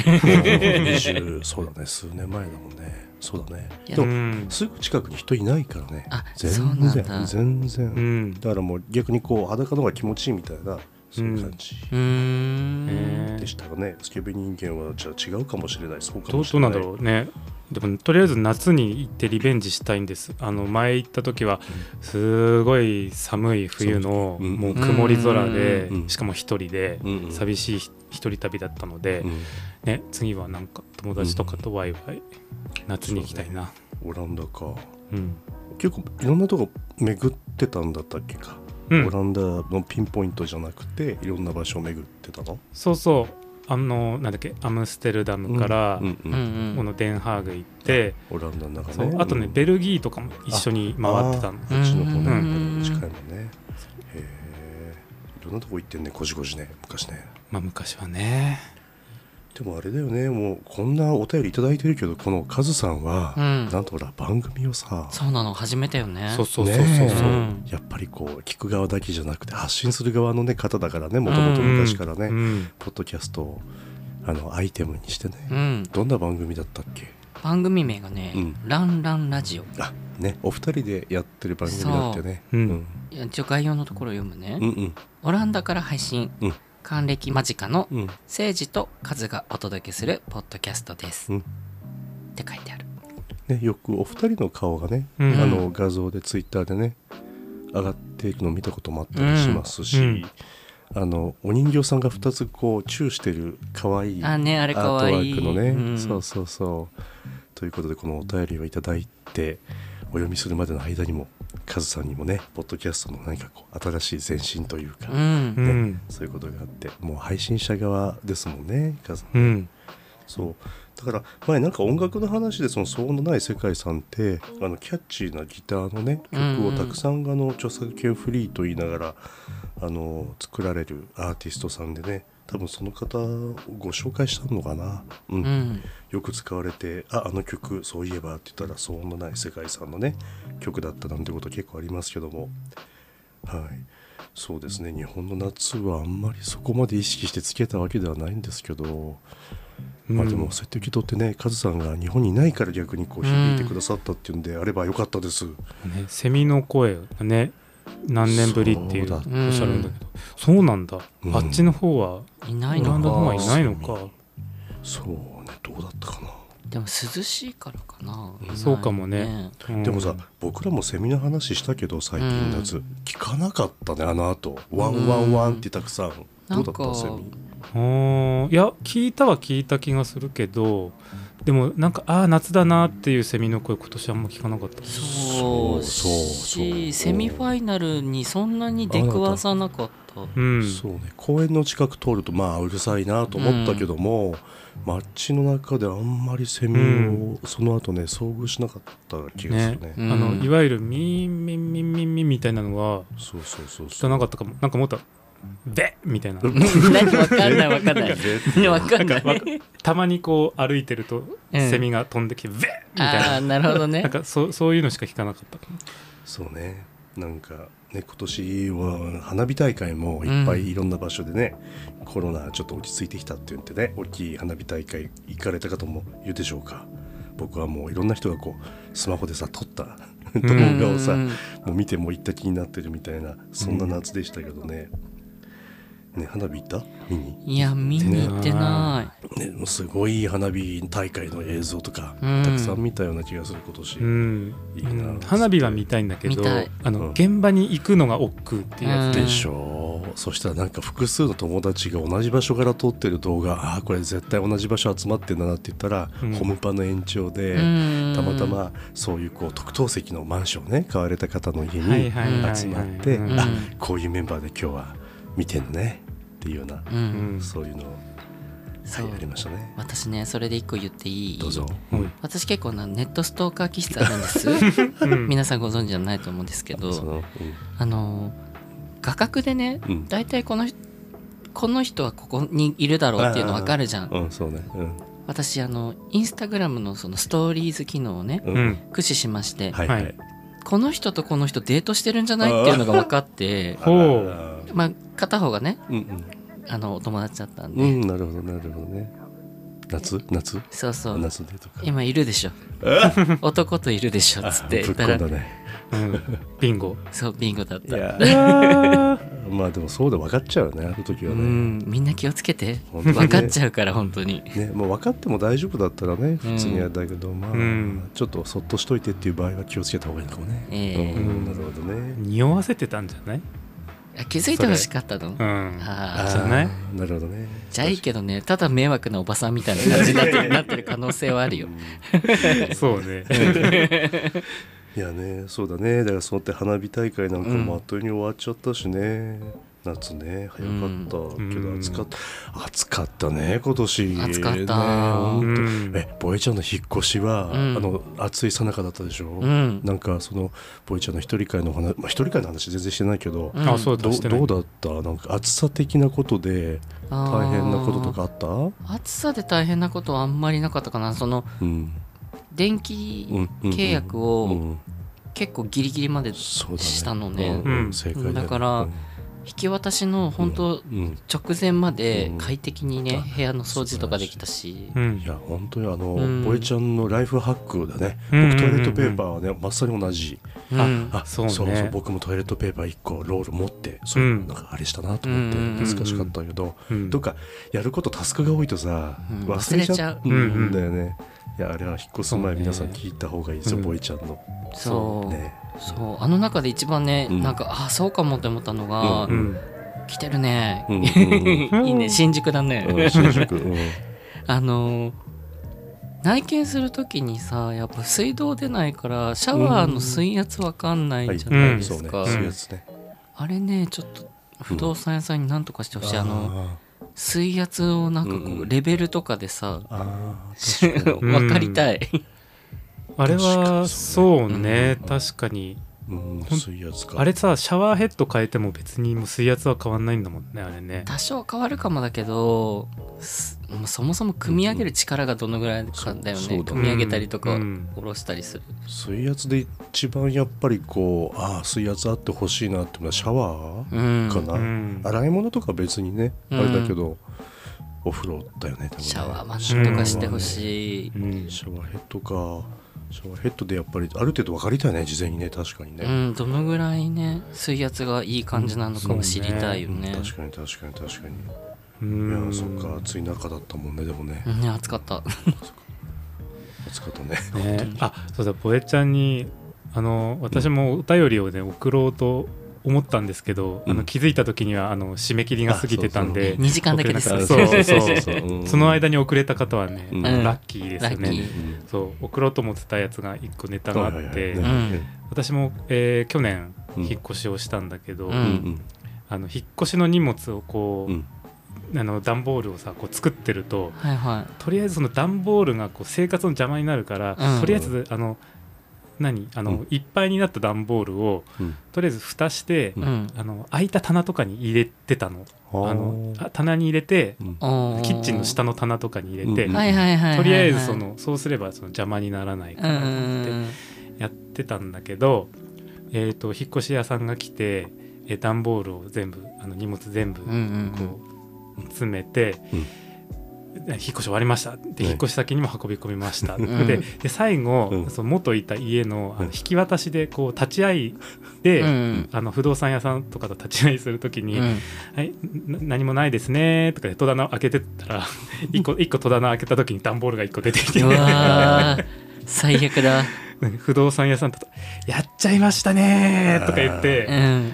20そうだね数年前だもんねそうだね
いや
で
う
も
ん、
すぐ近くに人いないからね
あ
全
そうなんだ
然全然、
うん
だからもう逆にこう裸の方が気持ちいいみたいなそういう感じ
うーん、
え
でしたかね、スケベ人間はじゃあ違うかもしれないそうか
どう
も
ど
しれ
うな
ない
んだろうねでもとりあえず夏に行ってリベンジしたいんですあの前行った時はすごい寒い冬の
そううん
もう曇り空で
うん
しかも一人で
うんうん
寂しい一人旅だったので、
うん
ね、次はなんか友達とかとワイワイ夏に行きたいな、
オランダか
うん
結構いろんなとこ巡ってたんだったっけか、
うん
オランダのピンポイントじゃなくていろんな場所を巡ってたの
そうそうあのなんだっけアムステルダムから、
うんう
うんんう
うん
ん
このデンハーグ行って、
オランダの中
そう
ね
あとね、
うん
ベルギーとかも一緒に回ってたの
あーこっちの方ね、
うん
近いもんねへえいろんなとこ行ってんねこじこじね昔ね
まあ昔はね
でもあれだよねもうこんなお便りいただいてるけどこのカズさんは、
うん
なんとほら番組をさ
そうなの初めてよね
そうそうそうそう
ねえ
そう、
うん
やっぱりこう聞く側だけじゃなくて発信する側の、ね、方だからねもともと昔からね、
うん
ポッドキャストをあのアイテムにしてね、
うん
どんな番組だったっけ
番組名がね「
うん
ランランラジオ
あねお二人でやってる番組だってね
そううん
うん」
いや一応概要のところを読むね、
うんうん
オランダから配信、
うん
還暦間近の
うん
政治とカズがお届けするポッドキャストです、
うん
って書いてある
ね、よくお二人の顔がね、
うん
あの画像でツイッターでね上がっていくのを見たこともあったりしますし、
うん
あのお人形さんが2つこうチューしてる可愛い
あねあ
ア
れ
ート
か
ワ
わいい
ークのね、
うん
そうそうそうということでこのお便りをいただいてお読みするまでの間にもカズさんにもねポッドキャストの何かこう新しい前進というか、
うん
うん、
そういうことがあってもう配信者側ですもんねカズさん
うん
そうだから前なんか音楽の話でその騒音のない世界さんってあのキャッチーなギターのね曲
うん
を
うん
たくさんあの著作権フリーと言いながらあの作られるアーティストさんでね多分その方をご紹介したのかな、うん
うん
よく使われて「ああの曲そういえば」って言ったら騒音のない世界さんのね曲だったなんてこと結構ありますけどもはいそうですね日本の夏はあんまりそこまで意識してつけたわけではないんですけどまあでもそうやって受け取ってねカズさんが日本にいないから逆にこう響いてくださったっていうんであればよかったです、
ね、セミの声がね何年ぶりっていう
そ
お
う
っ
だ
しゃるんだけどそうなんだ、
うん
あっちの方はいオ
な
ラ
い
ンダ
の
の方
か
はいないのか
そうねどうだったかな、
でも涼しいからかな、いない
そうかもねうん
でもさ僕らもセミの話したけど最近夏、聞かなかったねあの後ワンワンワンってたくさん、
なん
どうだ
か
ったセミ
あーいや聞いたは聞いた気がするけどでもなんかああ夏だなっていうセミの声今年はあんま聞かなかった
そう
そうそうそう
しセミファイナルにそんなに出くわさなかった
うん
そうね公園の近く通るとまあうるさいなと思ったけども、街の中であんまりセミを、その後ね遭遇しなかった気がするね
うん
あのいわゆるミンミンミンミンミンみたいなのは
そうそうそう
聞か
そう
なかったかもなんかもっと「で」みたいな
<laughs> 何わかんないわかん
<laughs>
ないねわかんない
たまにこう歩いてると
うん
セミが飛んできて「で」みたい
あ
な
あなるほど
なん
ね
かそうそういうのしか聞かなかった
<laughs> そうねなんかね今年は花火大会もいっぱいいろんな場所でね、コロナちょっと落ち着いてきたって言ってね大きい花火大会行かれた方もいるでしょうか僕はもういろんな人がこうスマホでさ撮った <laughs> 動画をさ、
うん
もう見ても行った気になってるみたいなそんな夏でしたけどね、ね花火行った見に
いや見に行ってな
ね、もうすごい花火大会の映像とか、
うん
たくさん見たような気がする今年、
うん
いいな
うん花火は見たいんだけど
見たい
あの、
うん
現場に行くのが億劫っていうや
うん
でしょう、そしたらなんか複数の友達が同じ場所から撮ってる動画ああこれ絶対同じ場所集まってんだなって言ったら、
うん
ホームパの延長で、
いうん
たまたまそういうこう特等席のマンションをね買われた方の家
つ、はい
に
はいはいはい
集まって、
うん
あこういうメンバーで今日は見てんのねっていうような、
う
うんん
そういうのを、は
そう
い、ありましたね
私ねそれで一個言っていい
どうぞ、
うん
私結構なネットストーカー気質あるんです
<laughs>
うん
皆さんご存知じゃないと思うんですけ
そ
ど
の
あの画角でね
うん、うん
大体この人この人はここにいるだろうっていうの分かるじゃん
うん、そうね、うん、
私あのインスタグラムのそのストーリーズ機能をね
う
うんん
駆使しまして、
はい
は
はいい。
この人とこの人デートしてるんじゃないっていうのが分かって
ほう
あら
まあ片方がね
うん
あのお友達だったん
うん。
で、
うん、なるほど、なるほどね。夏夏
そうそう
夏でとか。
今いるでしょ男といるでしょっつって言
ぶ
っ
っ
た
込ん
ら
だね。
うんビンゴ
そうビンゴだった
や
うわ
<laughs>
ー
まあでもそうで分かっちゃうよね、あの時
う
はね。
んみんな気をつけて
本当にね
分かっちゃうから本当に
ね、もう分かっても大丈夫だったらね、普通にやだけど、ま
うん
あ、ちょっとそっとしといてっていう場合は気をつけた方がいいかもね。
ええ
うん、なるほどね。
匂わせてたんじゃない
あ気づいてほしかったの
うん
あー
じゃない
ーなるほどね。
じゃあいいけどねただ迷惑なおばさんみたいな感じになってなってる可能性はある
<laughs>
よ
そうね
いやね、そうだね。だからそうやって花火大会なんかもあっという間に終わっちゃったしね。夏ね、早かった、
ん
け
う
ど
ん
暑かった。暑かったね、今年。
暑かった
ねほんと
うん
え、ボエちゃんの引っ越しは、
うん
あの、暑い最中だったでしょ。
うん
なんか、その、ボエちゃんの一人会の話、まあ、一人会の話全然してないけど、
ん
あそうだ
ど
してない
どうだったなんか暑さ的なことで
あー
大変なこととかあった
暑さで大変なことはあんまりなかったかなその
うん
電気
うんうん
契約
う
を
ん
結構ギリギリまで引
そうだね
したのね
うん
うん
正解
だ
だ,、
から
うん
き渡しの本当
うん、
直前まで
うん
快適にね
あ
部屋の掃除とかできたし
うん
いや本当にあの、
うん
ボエちゃんのライフハックだね、
うん
僕トイレットペーパーはねまさに同じ、
うん
あ
そうね
そうそう僕もトイレットペーパー1個ロール持ってそうれ
ん
なんかあれしたなと思って
うん
難しかったけど、
うん
どっかやることタスクが多いとさ、
うん
忘れちゃう
忘れちゃううん
んだよね、いやあれは引っ越す
そう
前
ね
皆さん聞いた方がいいですよ、ボエちゃんの
そう
ね
そうあの中で一番ね
うん
なんかあそうかもって思ったのが
う
うん
来てるね
うん
<laughs>
うん
うん
いいね新宿だ
うんうん
ね
新宿うん
<laughs> あのー内見するときにさやっぱ水道出ないからシャワーの水圧わかんないじゃないですか、
はいそうねそういうやつね
あれねちょっと不動産屋さんになんとかしてほしい、あの
あ
水圧をなんかこ
うんう
うんレベルとかでさ、
ーあー
<laughs>
に
わかりたい、
あれはそうね
う
確かに
うんそういうやつか
あれさシャワーヘッド変えても別にもう水圧は変わんないんだもんねあれね
多少変わるかもだけどすもうそもそも組み上げる力がどのぐらいかだよ
そ
ね、
うそうだね
組み上げたりとか、
うん
下ろしたりする
水圧で一番やっぱりこうああ水圧あってほしいなって思うのはシャワ
う
ー
ん
かな、
うん
洗い物とか別にね、
うん
あれだけどお風呂だよね多分ね
シャワーマンとかしてほ
い
しい、
うん
シャワーヘッドかシャワーヘッドでやっぱりある程度分かりたいね事前にね確かに
う
ね、
ん、どのぐらいね水圧がいい感じなのかも知りたいよね,、
確かに確かに確かに、
う
いや
ん
ーそっか暑い中だったもんねでもね、
うん、暑かった
暑かっ
<laughs>
たね
ねあそうだボエちゃんにあの私もお便りをね送ろうと思ったんですけど、
うん
あの気づいた時にはあの締め切りが過ぎてたんで
<laughs>
あ
2時間だけです
そ
か
う
ら
そうそう
そううん
その間に遅れた方はね、
うん
ラッキーです
ラ
よ
ッキ
ね
ー
そう送ろうと思ってたやつが1個ネタがあって、
い
私も、えー去年
うん
引っ越しをしたんだけど、
うん
あの引っ越しの荷物をこう、
うん
あの段ボールをさこう作ってると
はいは
とりあえずその段ボールがこう生活の邪魔になるから、
うん
とりあえずあの何あの、
うん
いっぱいになった段ボールをとりあえず蓋して、
い。
う
うん。
あの空いた棚とかに入れてたの
あ
あのあ棚に入れて
おー
キッチンの下の棚とかに入れて、
うん
はいはいはいはいはい。
とりあえずそのそうすればその邪魔にならないからと思ってやってたんだけど、えー、と引っ越し屋さんが来て、えー段ボールを全部あの荷物全部
うんうんうん
こう詰めて、
うん
引っ越し終わりましたで
うん
引っ越し先にも運び込みました、
ん
でで最後、
うん
その元いた家のあの
う
引
ん
き渡しでこう立ち会いで、
うん
あの不動産屋さんとかと立ち会いするときに、
うん
はい、な何もないですね」とかで戸棚を開けてったら一個一個戸棚開けた時に段ボールが一個出てきて
う
<laughs>
わー最悪だ。
不動産屋さんとか「やっちゃいましたね」とか言っ
う
て
ん。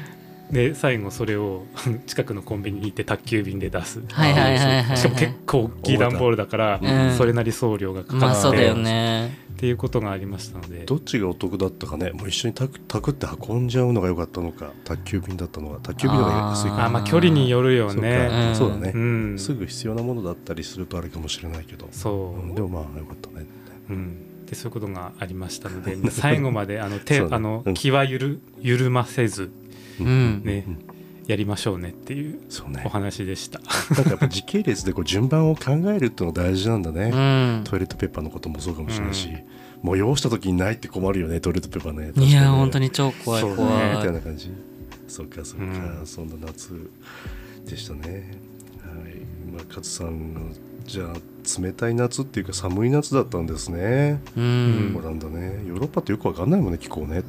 で最後それを <laughs> 近くのコンビニに行って宅急便で出す
はいはいはいはい。
しかも結構大きい段ボールだから、
うん
それなり送料がか
まあ
か
そう
っ
だ
て、
よね。
っていうことがありましたので
どっちがお得だったかねもう一緒にタクタクって運んじゃうのが良かったのか宅急便だったのが宅急便の方が安い
あ
か
まあ距離によるよ
そう
ね
う
か
ん
そうだね
うん
すぐ必要なものだったりするとあれかもしれないけど
そう、
うんでもまあ良かったね
うん、でそういうことがありましたので最後まであの手、
そうね
あの
うん
気はゆる緩ませず
うん。
ね、
うん
やりましょうねっていう
そうね
お話でした。
なんかやっぱ時系列でこう順番を考えるっての大事なんだね、
うん。
トイレットペーパーのこともそうかもしれないし、もう用した時にないって困るよねトイレットペーパーね
いや本当
に
に超怖い
そうね
怖
みたい
い。
な感じそうかそうか、
うん
そんな夏でしたねはいまあ勝さんのじゃあ冷たい夏っていうか寒い夏だったんですね、
う。
うんん
オランダねヨーロッパってよくわかんないもんね気候ね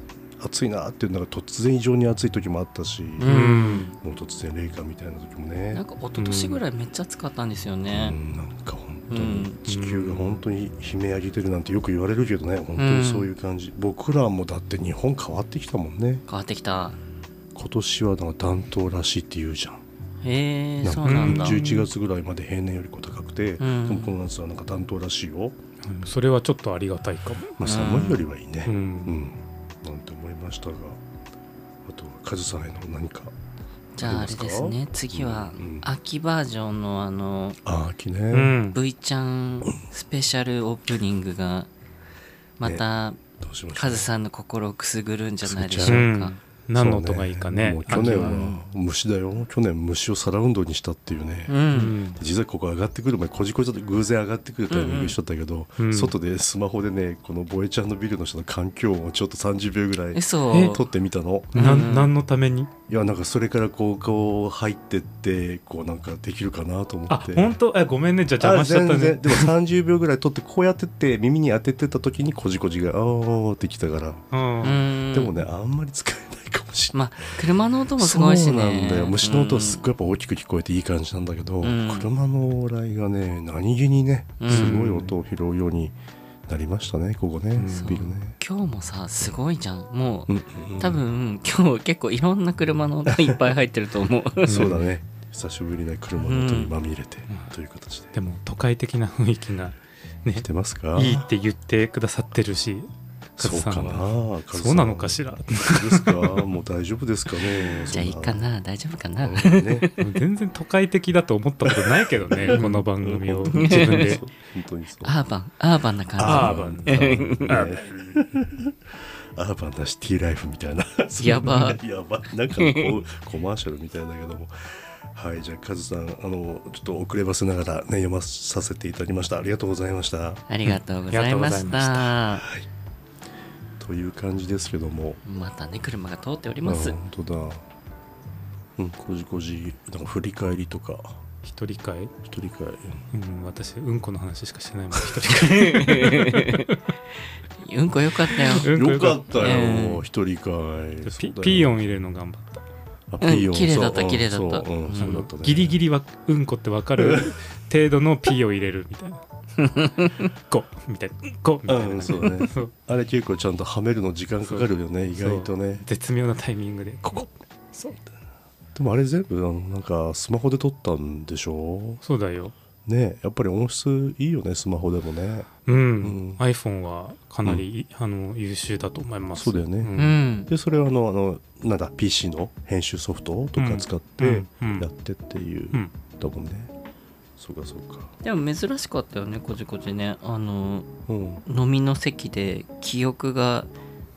暑いなっていうのが突然異常に暑い時もあったし、
う
うんん、
もう突然冷夏みたいな時も
な
ね
んか一昨年ぐらいめっちゃ暑かったんですよ
う
ね。
ん、なんか本当
うん
に地球が本当に悲鳴上げてるなんてよく言われるけどね本当にそういう感じ、僕らもだって日本変わってきたもんね
変わってきた。
今年はなんか暖冬らしいって言うじゃん
へえ
なんか
そうなんだ。
うん
11月ぐらいまで平年よりこう高くて、
うん
でもこの夏はなんか暖冬らしいよ、
それはちょっとありがたいかも。
まあ、寒いよりはいいね
う
うん、
ん、
なんて思いましたがあとはカズさんへの何か
じゃああれですね次は
うん
秋バージョンのあの
ああ秋ね、
うん
V ちゃんスペシャルオープニングがまた
どうしましょ
カ
う
ズさんの心をくすぐるんじゃないでしょ
う
うか
ん。何の音がいいか
そ
ね。
うもう去年
秋
は虫だよ去年虫をサラウンドにしたっていうね、
う
うんん
実はここ上がってくる前こじこじと偶然上がってくるタイミング一緒だったけど、
うんうん
外でスマホでねこのボエちゃんのビルの人の環境音をちょっと30秒ぐらい
嘘
え
撮ってみたの
な
うん
何のために
いやなんかそれからこうこう入ってってこうなんかできるかなと思
あ
って
本当えごめんねじゃあ
あ
邪魔しちゃっ
全然でも30秒ぐらい撮ってこうやってって耳に当ててた時にこじこじが「あー」ってきたから、
た
う
ね。
ん
でもねあんまり使えないかもしれない。
まあ車の音もすごいしね
そうなんだよ虫の音はすっごいやっぱ大きく聞こえていい感じなんだけど、
うん
車の往来がね何気にね
うん
すごい音を拾うようになりましたねここね、
ん
ビルね。
今日もさすごいじゃんもう
うんうん
多分今日結構いろんな車 <laughs> の音いっぱい入ってると思う
そうだね久しぶりな車の音にまみれて、
うん
という形で
うん。でも都会的な雰囲気がね
してますか
いいって言ってくださってるし、
そ
勝
うか
さん
な
は
カズさん
そうなのかしら。
ですかもう大丈夫ですかね
<laughs> じゃあいいかな大丈夫かな
そんなね
全然都会的だと思ったことないけどねこの番組を
本当に
自分で
<laughs> そう本当にそう
アーバンアーバンな感じ
アーバン
アーバンねアーバンなシティライフみたいなそんな
<laughs> やば
やばなんかこうコマーシャルみたいだけどもはいじゃあカズさんあのちょっと遅ればせながらね読まさせていただきましたありがとうございました
ありがとうございましたま
という感じですけども
たね車が通っております
あ本当だうんこじこじなんか振り返りとか
一人会、
一人会
うん、私うんこの話しかしてないもん一人
うんこよかったよ
会うんこ
よかった
え
よ一人会
ピピーヨ
ン
ン入れるの頑張った
ピーヨン
うん綺麗だった
そううん
綺麗だった
そううんそうだったね
ギリギリはうんこってわかる程度のピーを入れるみたいな <laughs> うんこみたいなうんこみたいな、
うんそうだね
そう
あれ結構ちゃんとはめるの時間かかるよね意外とね
絶妙なタイミングでここそうだ
でもあれ全部あのなんかスマホで撮ったんでしょ
そうだよ
ねやっぱり音質いいよねスマホでもね
うん、
ん
iPhone はかなり、あの優秀だと思います
そうだよね
うんん
でそれはあのあのなんだ PC の編集ソフトとか使っ
う
て
んうん
やってっていう
うん
だもんねそうかそうか
でも珍しかったよねこじこじねあの
うん
飲みの席で記憶が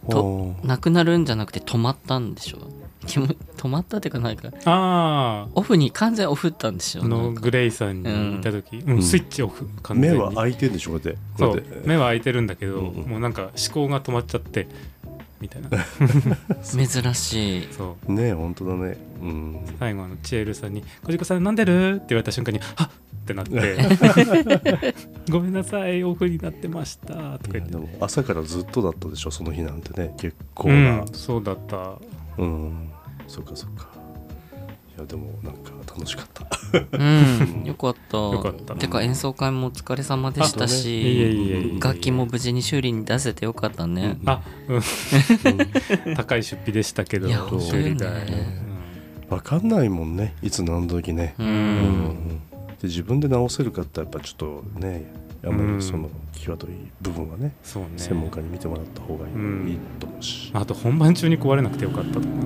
と
あー
なくなるんじゃなくて止まったんでしょ気も止まったっていうかなんか
あ
オフに完全オフったんでし
あ
ょ
あ
な
の
んか
グレイさんにいた時、うん
うん
スイッチオフ完
目
全に
は開いてんでしょこうやって
そ
こう
う
やっ
目は開いてるんだけど、
うんうん
もうなんか思考が止まっちゃってみ
<laughs>
たいな
珍しい
そう
てね本当だねうん
最後あのチエルさんに「こじこさん飲んでる?」って言われた瞬間に「はっ!」ってな
<laughs>
って「ごめんなさいオフになってました」とか
いや
言って
でも朝からずっとだったでしょその日なんてね結構
う、
なん
そうだった
うん、そっかそっかいやでもなんか楽しかった
うんよかった
よかった
てか演奏会もお疲れ様でした
い
し、
えいえいえいえ
楽器も無事に修理に出せてよかったね、
あ、
<laughs>
うん、高い出費でしたけど
いや本
当よ
修理代
ね
分かんないもんねいつ何時ね、
うん
うで自分で直せるかってやっぱちょっとねあ
うん
のその際どい部分はね
そうね
専門家に見てもらった方がいい,、
うん
と思うし、
あと本番中に壊れなくてよかったと思っ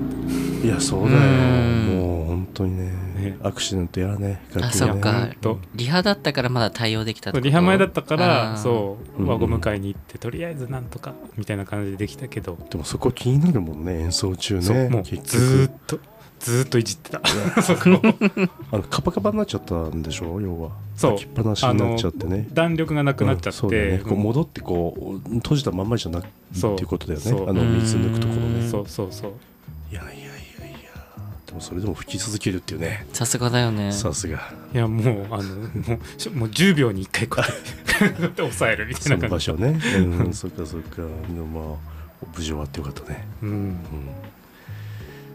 て
いやそうだよ、
うん
もう本当にね
ね
アクシデントやらね楽
あ
器
そ
ね
うか
ほんと
リハだったからまだ対応できたって
そ
こ
う
と
リハ前だったか
あ
ら
ー
そう
うん
輪ゴム買いに行ってとりあえずなんとかみたいな感じでできたけど、
でもそこ気になるもんね演奏中
そう
ね
もうず
結
ー
局
っとずーっといじってた <laughs> そこ
あのカパカパになっちゃったんでしょ要は
そう
きっぱなしになっちゃってね
弾力がなくなっちゃっ
うんそうだよ
て、
ねこう戻ってこう閉じたまんまじゃなくて
そ
い
う
うことだよね
そう
あの水抜くところ
うん
ね
そうそうそう
いやいやいやいやでもそれでも吹き続けるっていうね
さすがだよね
さす
<laughs>
が
いやもうあのもうしもう10秒に1回こうやって <laughs> で抑えるみた
そ
い
の
な
場
感じ
所ねうんそっかそっかでもまあ無事終わってよかったね
うん
うん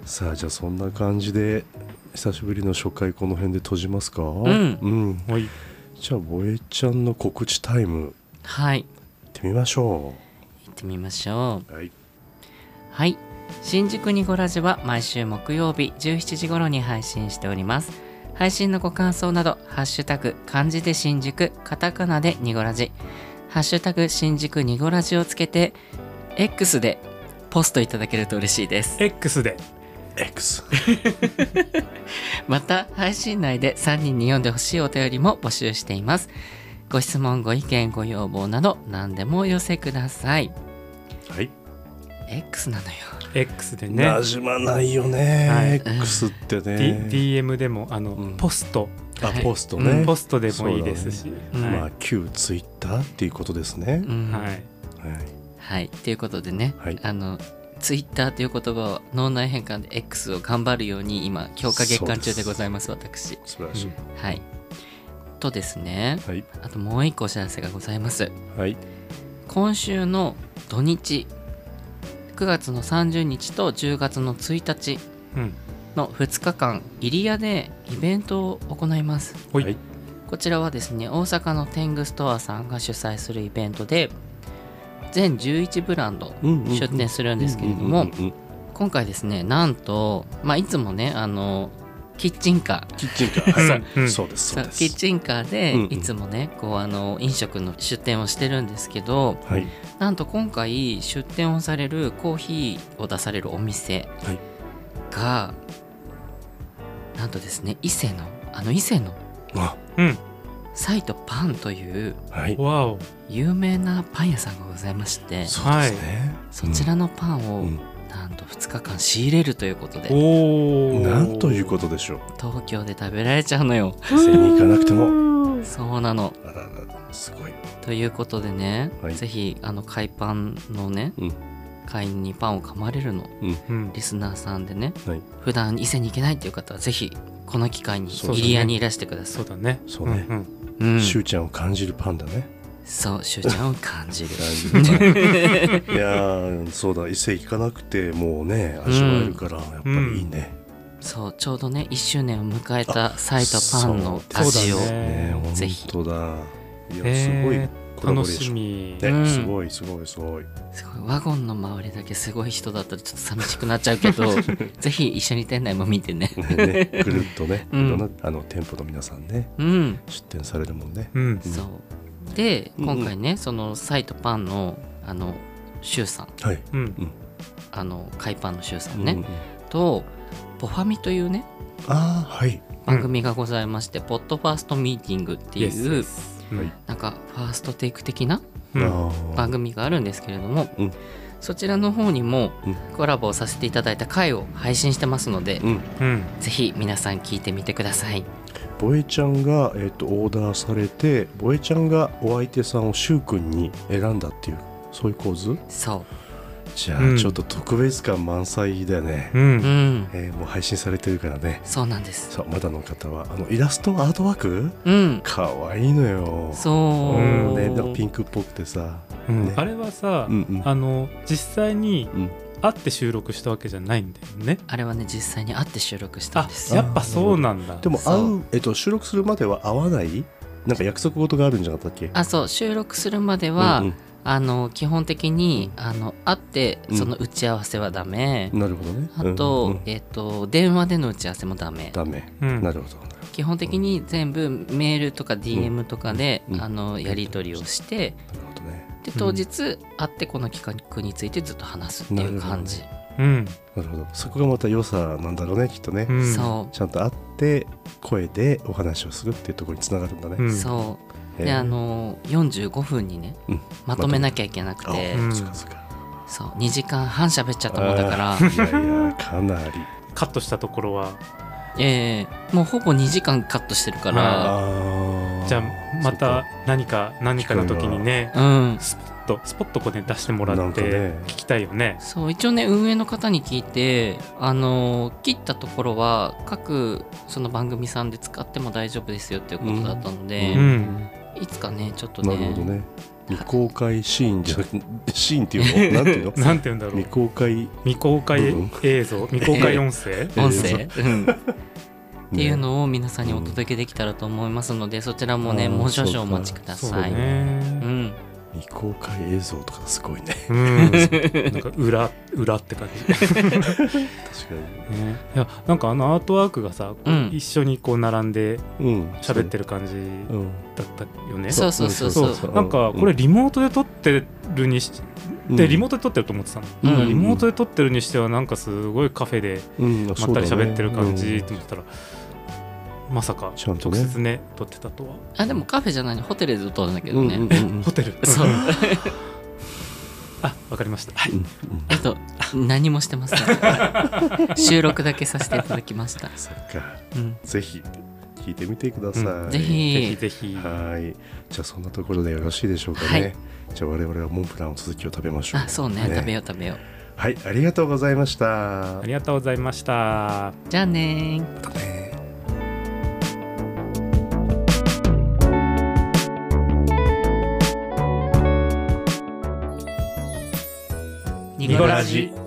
さあじゃあそんな感じで久しぶりの初回この辺で閉じますかうん
もうい
じゃあボエちゃんの告知タイム
はい
行ってみましょ
行ってみましょう
うはい
はい新宿ニゴラジは毎週木曜日17時頃に配信しております配信のご感想など「ハッシュタグ漢字で新宿カタカナでニゴラジ」「ハッシュタグ新宿ニゴラジ」をつけて X でポストいただけると嬉しいです
<laughs> X で
X
また配信内で3人に読んでほしいお便りも募集していますご質問ご意見ご要望など何でもお寄せください
はい
X なのよ
X でね
なじまないよね、
はい
X ってね、
D DM でもあの、
うん
ポスト、
あ
はい
ポスト
う
ね
んポストでもいいですし、
そうだね
ま
は
あ旧ツイッターっていうことですね
う、ん
い、はい、
はい、
はい、ということでね、
はい
あのツイッターという言葉を脳内変換で X を頑張るように今強化月間中でございます私
素晴らしい、
はいとですね
はい
あともう一個お知らせがございます
はい
今週の土日9月の30日と10月の1日
うん
の2日間入谷でイベントを行います
ほい、
はい
こちらはですね大阪の天狗ストアさんが主催するイベントで全11ブランド
うんうんうん
出店するんですけれども、
うんうんうん
今回ですねなんと、まあ、いつもねあのキッチンカー
キッチンカー、はい
うん
そうですそう
そ
で
うキッ
す
チンカーで
うんうん
いつもね、こうあの飲食の出店をしてるんですけど
はい
なんと今回出店をされるコーヒーを出されるお店
はい
が、なんとですね伊勢のあの伊勢の
あ
うん
サイトパンという
はい
わお
有名なパン屋さんがございましてそ
そうですね、
ちらのパンを、
うん
なんと2日間仕入れるということで
おお
なんということでしょう
東京で食べられちゃうのよ
店に行かなくても
そうなの
あらららすごい
ということでね、
はい
ぜひあの海パンのね、
うん
会員にパンを噛まれるの
うん
リスナーさんでね
はい
普段伊勢に行けないっていう方はぜひこの機会に
そうだね
入谷にいらしてくださ
そ
いう
だね
そうね
んん
う,、ん、
しゅうちゃんを感じるパンダね
そうしゅうちゃんを感じる
感じるパンいやーそうだ伊勢行かなくてもうね味わえるからやっぱりいいね、
<laughs> そうちょうどね1周年を迎えたサイトパンの
そう
味を
そうだね
ねえ
ぜひ
本当だいや
え
すごい
ーっ
コラボレー
楽
シ
し
ョン
み
う
ね
ん
すごいすごいすごい
すごいワゴンの周りだけすごい人だったらちょっと寂しくなっちゃうけ
<laughs>
どぜひ一緒に店内も見てね
ねぐるっとねい
うん
ろんなあの店舗の皆さんね
うん
出店されるもんね
うん
そうで
うん
今回ね、そのサイトパンのあのシュウさん
はい
うん
あの海パンのシュウさん
うんう
ね
ん、
とポファミというね
ああはい
番組がございまして、ポッドファーストミーティングっていう、
Yes, yes うん
なんかファーストテイク的な
うん
番組があるんですけれども、
うん
そちらの方にも
うん
コラボをさせていただいた回を配信してますので、
うん
うん
ぜひ皆さん聞いてみてください
ボエちゃんが、えっとオーダーされてボエちゃんがお相手さんをシュウ君に選んだっていうそういう構図
そ
じゃあ、
うん
ちょっと特別感満載だよね、
う
ううんん
えーもう配信されてるからね
そうなんです
さあまだの方はあのイラストアートワーク
うん
かわいいのよ
そう、
うん
ね、なんかピンクっぽくてさ、
うん
ね
あれはさ
うんうん
あの実際に
うん
会って収録したわけじゃないんだよね
あれはね実際に会って収録したん
あ
です
やっぱそうなんだ
でも会
そう
う、えっと、収録するまでは会わないなんか約束事があるんじゃなかったっけ
あそう収録するまでは、
うん
あの基本的にあの会って
うん
その打ち合わせはダメ、
うんなるほどね
あと、
うんうん
えっ、と電話での打ち合わせもダメ
ダメ、
うん
なるほど
基本的に全部メールとか DM とかで、
うん
あのやり取りをして
なるほどね
で当日会ってこの企画についてずっと話すっていう感じ、
うん
なるほどそこがまた良さなんだろうねきっとね、
うん
そ
ちゃんと会って声でお話をするっていうところにつながるんだね、
う
う、
ん
そう
え
で
ー
あの45分にね
うん
まとめなきゃいけなく
あ
て、
うん
そうかそうか
そう2時間半喋っちゃったもんだから
あーいやいやかなり
カットしたところは
<laughs> ええもうほぼ2時間カットしてるか
あ
ら
あー
じゃあま
そ
た何か何かの時にね
うん
スポッとスポッとこうね出してもら
なん
っ
か
て
ね
聞きたいよね
そう一応ね運営の方に聞いてあの切ったところは各その番組さんで使っても大丈夫ですよっていうことだったので、
う
うん
いつかねちょっと
っか
ね
なるほどね未公開シーンじゃなくてシーンっていうのなんていうの
なんて言うんだろ
未
う
公開
未公開
部分 <laughs>
映像未公開音声
音
え
声、うんっ
って
いうのを皆さんにお届けできたらと思いますので、そちらもね
あー
もう少々お待ちくだ
そう
さ
だ
いう,、
ね
ん
未公開映像とかすごいね
うんなんか裏 <laughs> 裏って感じ
確
<laughs>
か
ね、いやなんかあのアートワークがさ、
うん
一緒にこう並んで
にうん
喋って
る
る感じ
うん
だったよね。
そうそうそうそう
そうなんかこれリモートで撮ってるにし、でリモー
ー
トで撮ってると思ってたの、
うん
リモートで撮ってるにしてはなんかすごいカフェで
トま
まったり喋ってる感じと思ってたら、まさか
ちゃんと
直
ね
接ね撮ってたとは
あでもカフェじゃないのホテルで撮るんだけどね、
ホテル
そう
あわかりました、はい
えっと何もしてません <laughs> 収録だけさせていただきました、
そっか
うん、
ぜひ聞いてみてください
ぜ
ぜ
ひ
ひぜひ
はいじゃあそんなところでよろしいでしょうか
はい
ねじゃあ我々はモンブランの続きを食べましょう
あそうね食べよう食べよう
はいありがとうございました
ありがとうございました。
じゃあねー
またね
ニコラジ